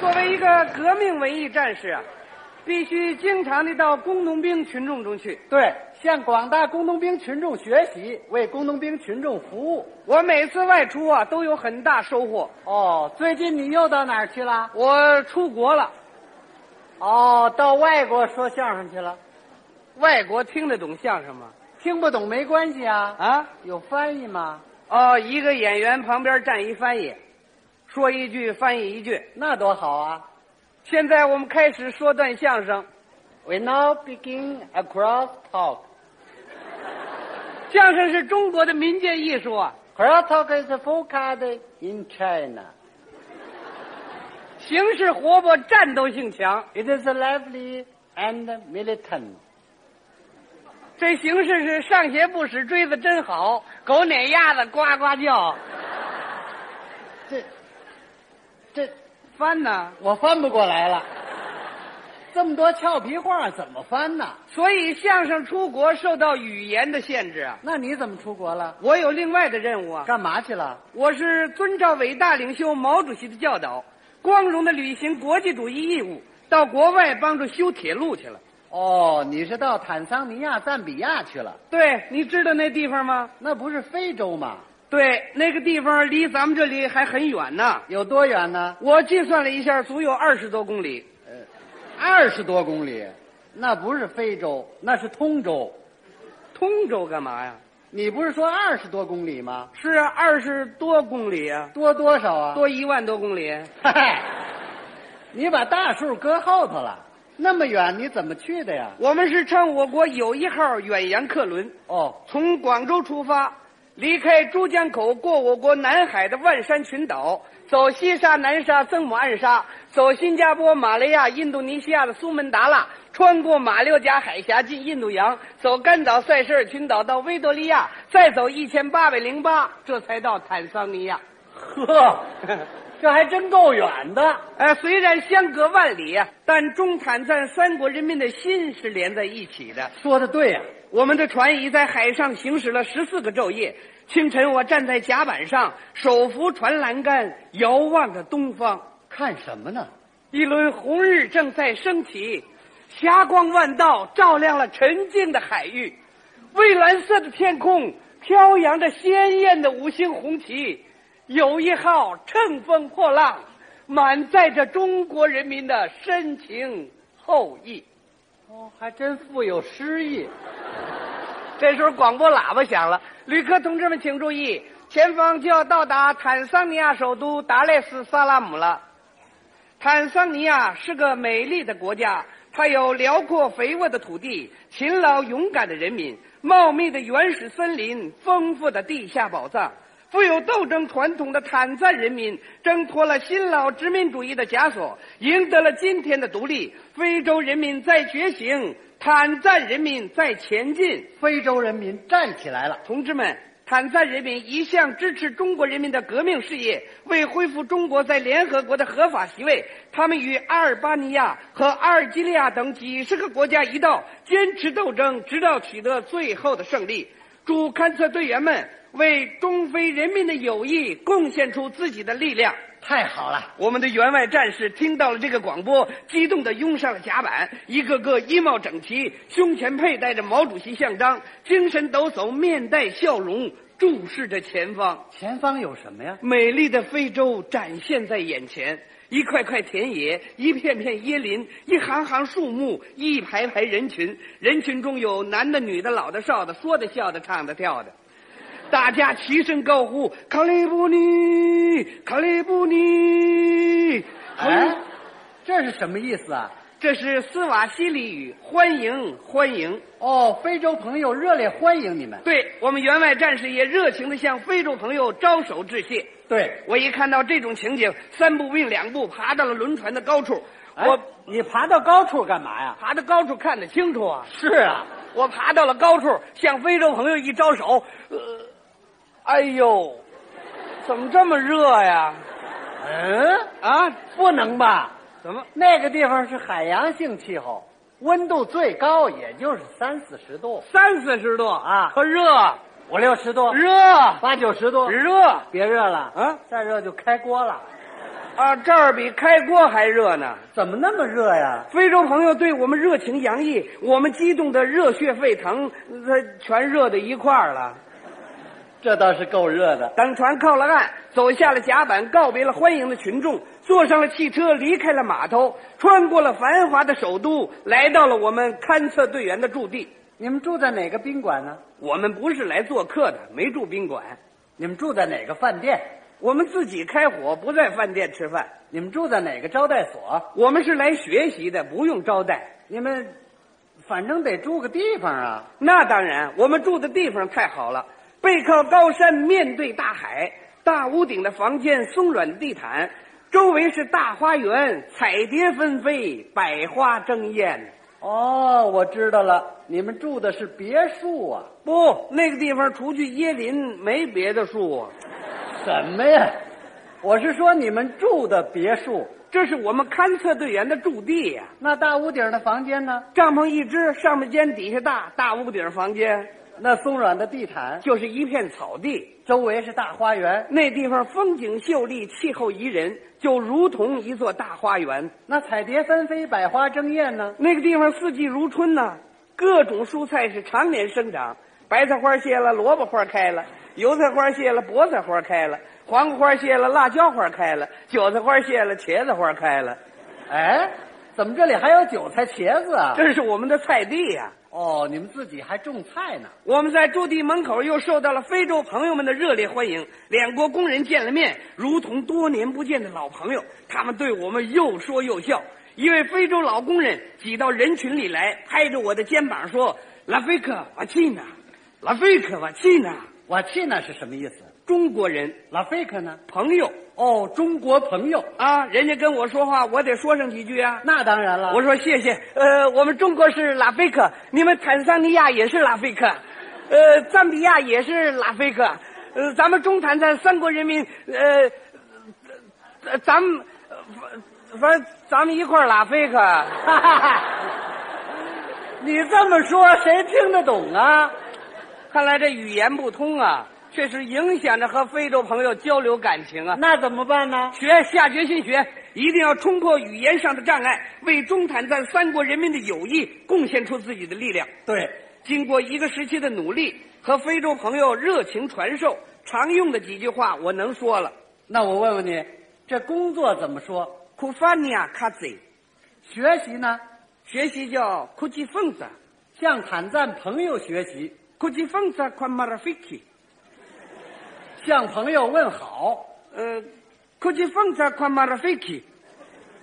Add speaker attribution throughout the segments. Speaker 1: 作为一个革命文艺战士啊，必须经常的到工农兵群众中去。
Speaker 2: 对，向广大工农兵群众学习，为工农兵群众服务。
Speaker 1: 我每次外出啊，都有很大收获。
Speaker 2: 哦，最近你又到哪儿去了？
Speaker 1: 我出国了，
Speaker 2: 哦，到外国说相声去了。
Speaker 1: 外国听得懂相声吗？
Speaker 2: 听不懂没关系啊，
Speaker 1: 啊？
Speaker 2: 有翻译吗？
Speaker 1: 哦，一个演员旁边站一翻译，说一句翻译一句。
Speaker 2: 那多好啊
Speaker 1: 现在我们开始说段相声，
Speaker 2: ！We now begin a cross talk.
Speaker 1: 相声是中国的民间艺术啊，
Speaker 2: Cross talk is forecast in China.
Speaker 1: 形式活泼，战斗性强。
Speaker 2: It is lively and militant.
Speaker 1: 这形式是上学不使锥子真好，狗撵鸭子呱呱叫。
Speaker 2: 这，这
Speaker 1: 翻呢？
Speaker 2: 我翻不过来了。这么多俏皮话怎么翻呢？
Speaker 1: 所以相声出国受到语言的限制啊。
Speaker 2: 那你怎么出国了？
Speaker 1: 我有另外的任务啊，
Speaker 2: 干嘛去了？
Speaker 1: 我是遵照伟大领袖毛主席的教导，光荣的履行国际主义义务，到国外帮助修铁路去了。
Speaker 2: 哦，你是到坦桑尼亚、赞比亚去了？
Speaker 1: 对，你知道那地方吗？
Speaker 2: 那不是非洲吗？
Speaker 1: 对，那个地方离咱们这里还很远呢。
Speaker 2: 有多远呢？
Speaker 1: 我计算了一下，足有二十多公里。
Speaker 2: 二十多公里，那不是非洲，那是通州。
Speaker 1: 通州干嘛呀？
Speaker 2: 你不是说二十多公里吗？
Speaker 1: 是啊，二十多公里啊，
Speaker 2: 多多 少啊？
Speaker 1: 多一万多公里。
Speaker 2: 嗨，你把大数搁后头了，那么远你怎么去的呀？
Speaker 1: 我们是乘我国友谊号远洋客轮，
Speaker 2: 哦，
Speaker 1: 从广州出发，离开珠江口，过我国南海的万山群岛，走西沙、南沙、曾母暗沙，走新加坡、马来亚、印度尼西亚的苏门答腊，穿过马六甲海峡进印度洋，走甘岛、塞舌尔群岛到维多利亚，再走一千八百零八，这才到坦桑尼亚。
Speaker 2: 呵，这还真够远的。
Speaker 1: 呃，虽然相隔万里呀，但中坦赞三国人民的心是连在一起的。
Speaker 2: 说的对呀、
Speaker 1: 我们的船已在海上行驶了十四个昼夜。清晨，我站在甲板上，手扶船栏杆，遥望着东方，
Speaker 2: 看什么呢？
Speaker 1: 一轮红日正在升起，霞光万道，照亮了沉静的海域。蔚蓝色的天空飘扬着鲜艳的五星红旗，友谊号乘风破浪，满载着中国人民的深情厚谊。
Speaker 2: 哦，还真富有诗意。
Speaker 1: 这时候广播喇叭响了，旅客同志们请注意，前方就要到达坦桑尼亚首都达赖斯萨拉姆了。坦桑尼亚是个美丽的国家，它有辽阔肥沃的土地、勤劳勇敢的人民、茂密的原始森林、丰富的地下宝藏。富有斗争传统的坦赞人民挣脱了新老殖民主义的枷锁，赢得了今天的独立。非洲人民在觉醒，坦赞人民在前进。
Speaker 2: 非洲人民站起来了，
Speaker 1: 同志们，坦赞人民一向支持中国人民的革命事业，为恢复中国在联合国的合法席位，他们与阿尔巴尼亚和阿尔及利亚等几十个国家一道，坚持斗争，直到取得最后的胜利。祝勘测队员们为中非人民的友谊贡献出自己的力量。
Speaker 2: 太好了。
Speaker 1: 我们的员外战士听到了这个广播，激动地拥上了甲板，一个个衣帽整齐，胸前佩戴着毛主席像章，精神抖擞，面带笑容，注视着前方。
Speaker 2: 前方有什么呀？
Speaker 1: 美丽的非洲展现在眼前，一块块田野，一片片椰林，一行行树木，一排排人群。人群中有男的、女的、老的、少的，说的、笑的、唱的、跳的。大家齐声高呼：“卡利布尼，卡利布尼！”
Speaker 2: 哎，这是什么意思啊？
Speaker 1: 这是斯瓦西里语，欢迎，欢迎。
Speaker 2: 哦，非洲朋友热烈欢迎你们。
Speaker 1: 对我们员外战士也热情地向非洲朋友招手致谢。
Speaker 2: 对，
Speaker 1: 我一看到这种情景，三步并两步爬到了轮船的高处。
Speaker 2: 我
Speaker 1: 我
Speaker 2: 你爬到高处干嘛呀？
Speaker 1: 爬到高处看得清楚啊！
Speaker 2: 是啊，
Speaker 1: 我爬到了高处，向非洲朋友一招手，呃，哎呦，怎么这么热呀？
Speaker 2: 嗯，
Speaker 1: 啊，
Speaker 2: 不能吧？
Speaker 1: 怎么？
Speaker 2: 那个地方是海洋性气候，温度最高也就是三四十度，
Speaker 1: 三四十度
Speaker 2: 啊
Speaker 1: 可热，
Speaker 2: 五六十度，
Speaker 1: 热，
Speaker 2: 八九十度，
Speaker 1: 热。
Speaker 2: 别热了
Speaker 1: 啊
Speaker 2: 再热就开锅了。
Speaker 1: 啊，这儿比开锅还热呢。
Speaker 2: 怎么那么热呀？
Speaker 1: 非洲朋友对我们热情洋溢，我们激动得热血沸腾，他全热到一块儿了。
Speaker 2: 这倒是够热的。
Speaker 1: 等船靠了岸，走下了甲板，告别了欢迎的群众，坐上了汽车，离开了码头，穿过了繁华的首都，来到了我们勘测队员的驻地。
Speaker 2: 你们住在哪个宾馆呢？
Speaker 1: 我们不是来做客的，没住宾馆，
Speaker 2: 你们住在哪个饭店？
Speaker 1: 我们自己开火，不在饭店吃饭。
Speaker 2: 你们住在哪个招待所？
Speaker 1: 我们是来学习的，不用招待。
Speaker 2: 你们反正得住个地方啊。
Speaker 1: 那当然，我们住的地方太好了，背靠高山，面对大海，大屋顶的房间，松软地毯，周围是大花园，彩蝶纷飞，百花争艳。
Speaker 2: 哦，我知道了，你们住的是别墅啊？
Speaker 1: 不，那个地方除去椰林没别的树啊，
Speaker 2: 什么呀？我是说你们住的别墅。
Speaker 1: 这是我们勘测队员的驻地呀、
Speaker 2: 那大屋顶的房间呢？
Speaker 1: 帐篷一支，上面尖，底下大，大屋顶房间
Speaker 2: 那松软的地毯，
Speaker 1: 就是一片草地。
Speaker 2: 周围是大花园，
Speaker 1: 那地方风景秀丽，气候宜人，就如同一座大花园。
Speaker 2: 那彩蝶纷飞，百花争艳呢。
Speaker 1: 那个地方四季如春呐、各种蔬菜是常年生长，白菜花谢了，萝卜花开了，油菜花谢了，菠菜花开了，黄瓜花谢了，辣椒花开了，韭菜花谢了，茄子花开了，
Speaker 2: 哎，怎么这里还有韭菜、茄子啊？
Speaker 1: 这是我们的菜地呀、
Speaker 2: 哦，你们自己还种菜呢？
Speaker 1: 我们在驻地门口又受到了非洲朋友们的热烈欢迎，两国工人见了面，如同多年不见的老朋友，他们对我们又说又笑。一位非洲老工人挤到人群里来，拍着我的肩膀说：“拉菲克瓦契纳，拉菲克瓦契纳，
Speaker 2: 瓦契那是什么意思？
Speaker 1: 中国人
Speaker 2: 拉菲克呢？
Speaker 1: 朋友
Speaker 2: 哦，中国朋友。
Speaker 1: 啊，人家跟我说话，我得说上几句啊。”
Speaker 2: 那当然了，
Speaker 1: 我说谢谢，呃，我们中国是拉菲克，你们坦桑尼亚也是拉菲克，呃，赞比亚也是拉菲克，呃，咱们中坦赞三国人民，呃，呃咱们，呃反反正咱们一块儿拉菲克，
Speaker 2: 哈哈哈，你这么说谁听得懂啊？
Speaker 1: 看来这语言不通啊，确实影响着和非洲朋友交流感情啊。
Speaker 2: 那怎么办呢？
Speaker 1: 学下决心学，一定要冲破语言上的障碍，为中坦赞三国人民的友谊贡献出自己的力量。
Speaker 2: 对，
Speaker 1: 经过一个时期的努力和非洲朋友热情传授，常用的几句话我能说了。
Speaker 2: 那我问问你，这工作怎么说？
Speaker 1: Kufania kazi，
Speaker 2: 学习呢？
Speaker 1: 学习叫 kujifunza
Speaker 2: 向坦赞朋友学习，
Speaker 1: kujifunza kwa marafiki，
Speaker 2: 向朋友问好，
Speaker 1: 呃，kujifunza kwa marafiki，kujifunza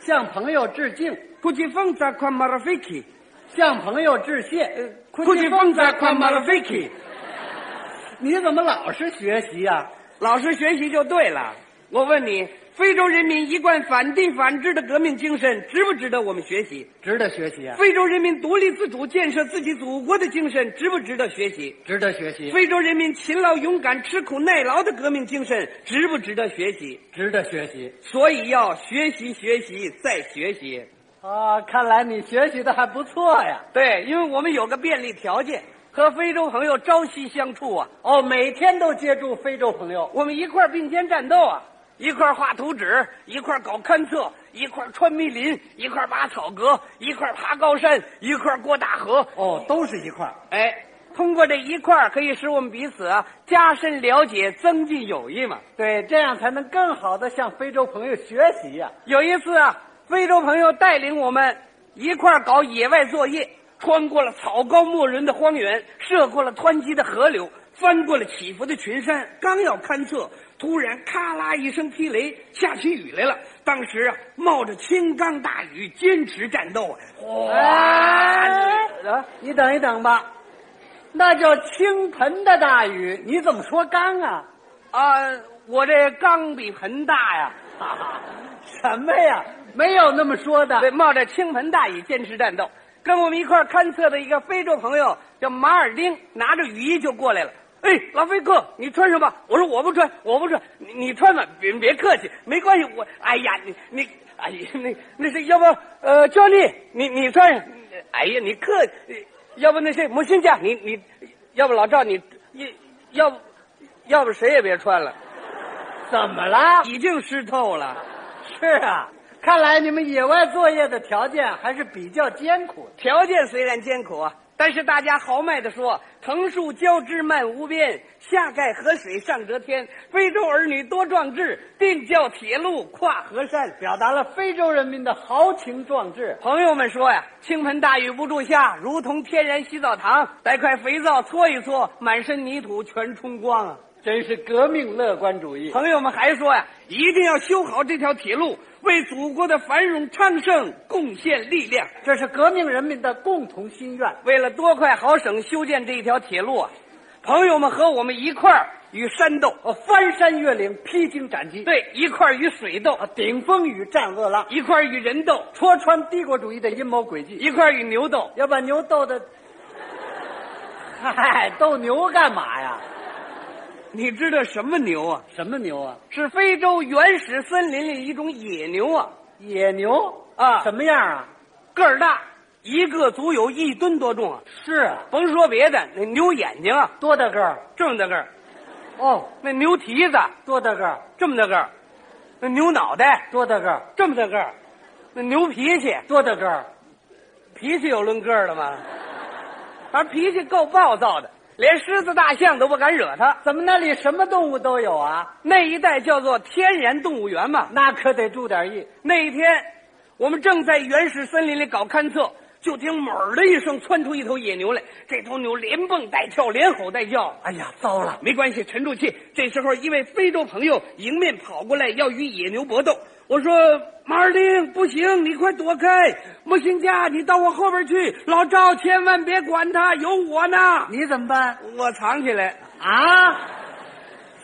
Speaker 2: 向朋友致敬，
Speaker 1: kwa marafiki，
Speaker 2: 向朋友致谢。
Speaker 1: kujifunza kwa marafiki。
Speaker 2: 你怎么老是学习呀、
Speaker 1: 老师学习就对了。我问你，非洲人民一贯反帝反制的革命精神，值不值得我们学习？
Speaker 2: 值得学习啊，
Speaker 1: 非洲人民独立自主、建设自己祖国的精神，值不值得学习？
Speaker 2: 值得学习，
Speaker 1: 非洲人民勤劳、勇敢、吃苦耐劳的革命精神，值不值得学习？
Speaker 2: 值得学习。
Speaker 1: 所以要学习、学习再学习。
Speaker 2: 啊，看来你学习的还不错呀。
Speaker 1: 对，因为我们有个便利条件，和非洲朋友朝夕相处啊，
Speaker 2: 哦，每天都接触非洲朋友，
Speaker 1: 我们一块儿并肩战斗啊，一块儿画图纸，一块儿搞勘测，一块儿穿密林，一块儿挖草格，一块儿爬高山，一块儿过大河。
Speaker 2: 哦，都是一块儿。
Speaker 1: 哎，通过这一块儿，可以使我们彼此啊加深了解，增进友谊嘛。
Speaker 2: 对，这样才能更好的向非洲朋友学习呀、
Speaker 1: 有一次啊，非洲朋友带领我们一块儿搞野外作业，穿过了草高莫人的荒原，涉过了湍急的河流，翻过了起伏的群山。刚要勘测，突然咔啦一声霹雷，下起雨来了。当时啊，冒着倾缸大雨，坚持战斗啊！哗、
Speaker 2: 哎，啊，你等一等吧，那叫倾盆的大雨，你怎么说干啊？
Speaker 1: 啊，我这缸比盆大呀！
Speaker 2: 哈哈，什么呀？没有那么说的。
Speaker 1: 对，冒着倾盆大雨坚持战斗。跟我们一块儿勘测的一个非洲朋友叫马尔丁，拿着雨衣就过来了。哎，老飞哥，你穿什么？我说我不穿，我不穿，你你穿吧，别别客气，没关系。我哎呀，你你哎呀，那那是要不呃，教练，你你穿上。哎呀，你客，要不那谁，母亲家，你你，要不老赵，你要要不要不谁也别穿了，
Speaker 2: 怎么了？
Speaker 1: 已经湿透了。
Speaker 2: 是啊，看来你们野外作业的条件还是比较艰苦的。
Speaker 1: 条件虽然艰苦啊，但是大家豪迈地说：“藤树交织漫无边，下盖河水上遮天。非洲儿女多壮志，定叫铁路跨河山。”
Speaker 2: 表达了非洲人民的豪情壮志。
Speaker 1: 朋友们说呀，倾盆大雨不住下，如同天然洗澡堂，来块肥皂搓一搓，满身泥土全冲光啊！
Speaker 2: 真是革命乐观主义。
Speaker 1: 朋友们还说呀，一定要修好这条铁路，为祖国的繁荣昌盛贡献力量。
Speaker 2: 这是革命人民的共同心愿。
Speaker 1: 为了多快好省修建这一条铁路啊，朋友们和我们一块儿与山斗，
Speaker 2: 呃，翻山越岭，披荆斩棘，
Speaker 1: 对，一块儿与水斗，
Speaker 2: 啊，顶风雨战恶浪，
Speaker 1: 一块儿与人斗，
Speaker 2: 戳穿帝国主义的阴谋诡计，
Speaker 1: 一块儿与牛斗。
Speaker 2: 要把牛斗的， 嗨，斗牛干嘛呀？
Speaker 1: 你知道什么牛啊？
Speaker 2: 什么牛啊？
Speaker 1: 是非洲原始森林里一种野牛啊，
Speaker 2: 野牛
Speaker 1: 啊
Speaker 2: 什么样啊？
Speaker 1: 个儿大，一个足有一吨多重啊。
Speaker 2: 是啊，
Speaker 1: 甭说别的，那牛眼睛啊，
Speaker 2: 多大个儿？
Speaker 1: 这么大个儿；
Speaker 2: 哦，
Speaker 1: 那牛蹄子
Speaker 2: 多大个儿？
Speaker 1: 这么大个儿；那牛脑袋
Speaker 2: 多大个儿？
Speaker 1: 这么大个儿；那牛脾气，
Speaker 2: 多大个儿？
Speaker 1: 脾气有论个儿的吗？反正脾气够暴躁的，连狮子、大象都不敢惹他。
Speaker 2: 啊怎么那里什么动物都有啊？
Speaker 1: 那一带叫做天然动物园嘛。
Speaker 2: 那可得注点意。
Speaker 1: 那一天，我们正在原始森林里搞勘测，就听“猛”的一声窜出一头野牛来。这头牛连蹦带跳，连吼带叫。
Speaker 2: 哎呀，糟了！
Speaker 1: 没关系，沉住气。这时候，一位非洲朋友迎面跑过来，要与野牛搏斗。我说：“马尔丁，不行，你快躲开！木星家，你到我后边去。老赵，千万别管他，有我呢。”
Speaker 2: 你怎么办
Speaker 1: 我藏起来，
Speaker 2: 啊？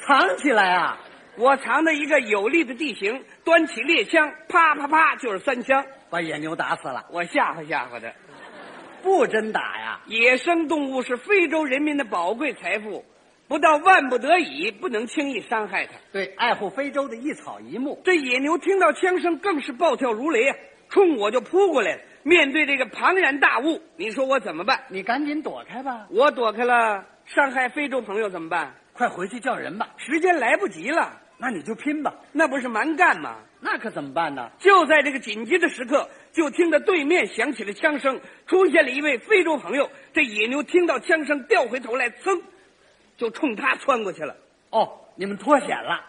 Speaker 2: 藏起来啊？
Speaker 1: 我藏在一个有利的地形，端起猎枪，啪啪啪就是三枪，
Speaker 2: 把野牛打死了？
Speaker 1: 我吓唬吓唬他。
Speaker 2: 不真打呀？
Speaker 1: 野生动物是非洲人民的宝贵财富，不到万不得已不能轻易伤害它。
Speaker 2: 对，爱护非洲的一草一木。
Speaker 1: 这野牛听到枪声更是暴跳如雷啊，冲我就扑过来了。面对这个庞然大物，你说我怎么办？
Speaker 2: 你赶紧躲开吧，
Speaker 1: 我躲开了，伤害非洲朋友怎么办？
Speaker 2: 快回去叫人吧。
Speaker 1: 时间来不及了，
Speaker 2: 那你就拼吧，
Speaker 1: 那不是蛮干吗？
Speaker 2: 那可怎么办呢？
Speaker 1: 就在这个紧急的时刻，就听到对面响起了枪声，出现了一位非洲朋友。这野牛听到枪声，掉回头来，噌，就冲他窜过去了。
Speaker 2: 哦，你们脱险了。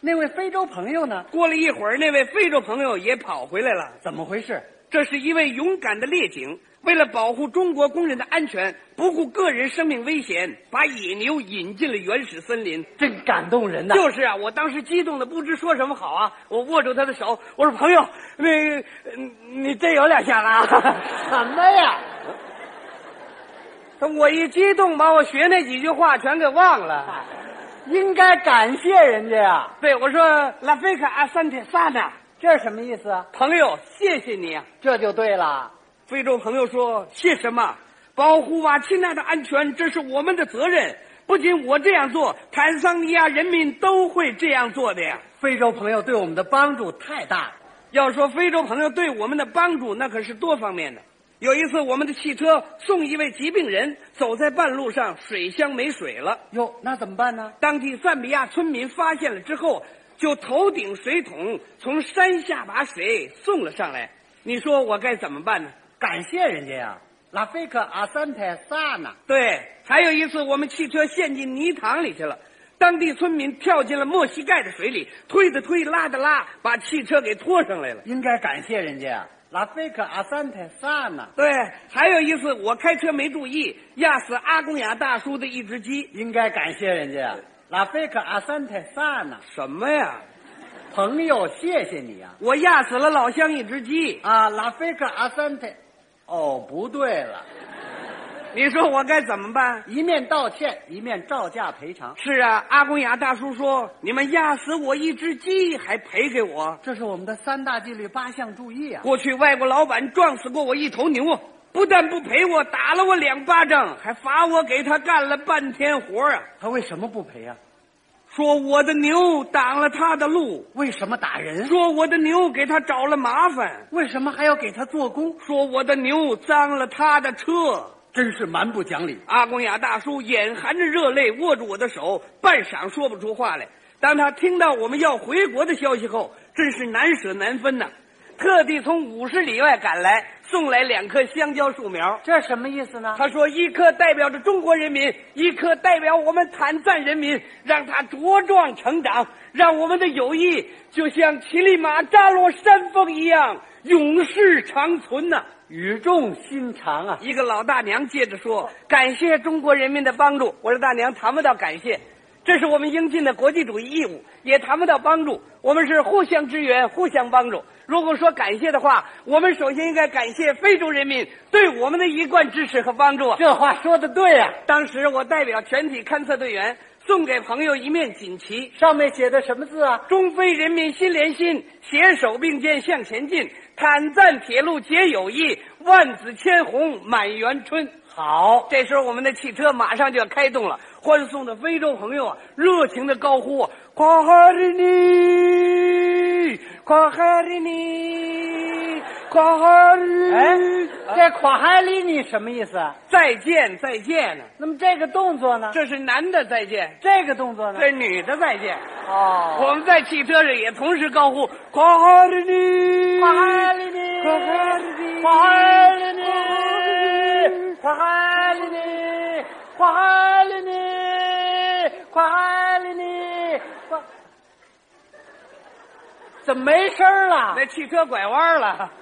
Speaker 2: 那位非洲朋友呢？
Speaker 1: 过了一会儿，那位非洲朋友也跑回来了。
Speaker 2: 怎么回事？
Speaker 1: 这是一位勇敢的猎警，为了保护中国工人的安全，不顾个人生命危险，把野牛引进了原始森林。
Speaker 2: 真感动人呐！
Speaker 1: 就是啊，我当时激动的不知说什么好啊！我握住他的手，我说：“朋友，那个，嗯你真有两下啊！”
Speaker 2: 什么呀？
Speaker 1: 他我一激动，把我学那几句话全给忘了。
Speaker 2: 应该感谢人家呀！
Speaker 1: 对，我说拉菲卡阿三铁萨纳，
Speaker 2: 这是什么意思啊？
Speaker 1: 朋友，谢谢你啊！
Speaker 2: 这就对了。
Speaker 1: 非洲朋友说谢什么？保护瓦钦娜的安全，这是我们的责任。不仅我这样做，坦桑尼亚人民都会这样做的呀。
Speaker 2: 非洲朋友对我们的帮助太大了。
Speaker 1: 要说非洲朋友对我们的帮助，那可是多方面的。有一次，我们的汽车送一位疾病人，走在半路上，水箱没水了。
Speaker 2: 哟，那怎么办呢？
Speaker 1: 当地赞比亚村民发现了之后，就头顶水桶从山下把水送了上来。你说我该怎么办呢？
Speaker 2: 感谢人家呀！拉菲克阿三泰萨呢？
Speaker 1: 对，还有一次我们汽车陷进泥塘里去了，当地村民跳进了没膝盖的水里，推的推，拉的拉，把汽车给拖上来了。
Speaker 2: 应该感谢人家呀！拉菲克阿三泰萨呢？
Speaker 1: 对，还有一次我开车没注意，压死阿公雅大叔的一只鸡。
Speaker 2: 应该感谢人家呀！拉菲克阿三泰萨呢？
Speaker 1: 什么呀？
Speaker 2: 朋友，谢谢你啊呀！
Speaker 1: 我压死了老乡一只鸡。
Speaker 2: 啊，拉菲克阿三泰，哦，不对了，
Speaker 1: 你说我该怎么办？
Speaker 2: 一面道歉，一面照价赔偿，
Speaker 1: 是啊，阿公雅大叔说：“你们压死我一只鸡，还赔给我。
Speaker 2: 这是我们的三大纪律八项注意啊！
Speaker 1: 过去外国老板撞死过我一头牛，不但不赔我，打了我两巴掌，还罚我给他干了半天活啊！
Speaker 2: 他为什么不赔啊？
Speaker 1: 说我的牛挡了他的路，
Speaker 2: 为什么打人？
Speaker 1: 说我的牛给他找了麻烦，
Speaker 2: 为什么还要给他做工？
Speaker 1: 说我的牛脏了他的车。”
Speaker 2: 真是蛮不讲理！
Speaker 1: 阿公雅大叔眼含着热泪握住我的手，半晌说不出话来。当他听到我们要回国的消息后，真是难舍难分呐、特地从五十里外赶来，送来两棵香蕉树苗。
Speaker 2: 这什么意思呢？
Speaker 1: 他说：“一棵代表着中国人民，一棵代表我们坦赞人民，让它茁壮成长，让我们的友谊就像乞力马扎罗山峰一样永世长存呐、
Speaker 2: 语重心长啊！
Speaker 1: 一个老大娘接着说：“感谢中国人民的帮助。”我说：“大娘，谈不到感谢，这是我们应尽的国际主义义务，也谈不到帮助。我们是互相支援，互相帮助。如果说感谢的话，我们首先应该感谢非洲人民对我们的一贯支持和帮助啊。”
Speaker 2: 这话说的对啊呀、
Speaker 1: 当时我代表全体勘测队员送给朋友一面锦旗，
Speaker 2: 上面写的什么字啊？
Speaker 1: 中非人民心连心，携手并肩向前进，坦赞铁路结友谊，万紫千红满园春。
Speaker 2: 好，
Speaker 1: 这时候我们的汽车马上就要开动了，欢送的非洲朋友啊，热情的高呼啊：“夸哈里尼，夸哈里尼，夸哈里尼！”
Speaker 2: 哎，这垮海里你什么意思？啊？
Speaker 1: 再见，再见呢、
Speaker 2: 那么这个动作呢？
Speaker 1: 这是男的再见，
Speaker 2: 这个动作呢？
Speaker 1: 这是女的再见。
Speaker 2: 哦，
Speaker 1: 我们在汽车上也同时高呼“夸哈里尼，
Speaker 2: 垮海里你，
Speaker 1: 夸哈里尼，
Speaker 2: 垮海里你，垮海里你，垮海里你，垮海里你，垮，怎么没声儿了？
Speaker 1: 那汽车拐弯了，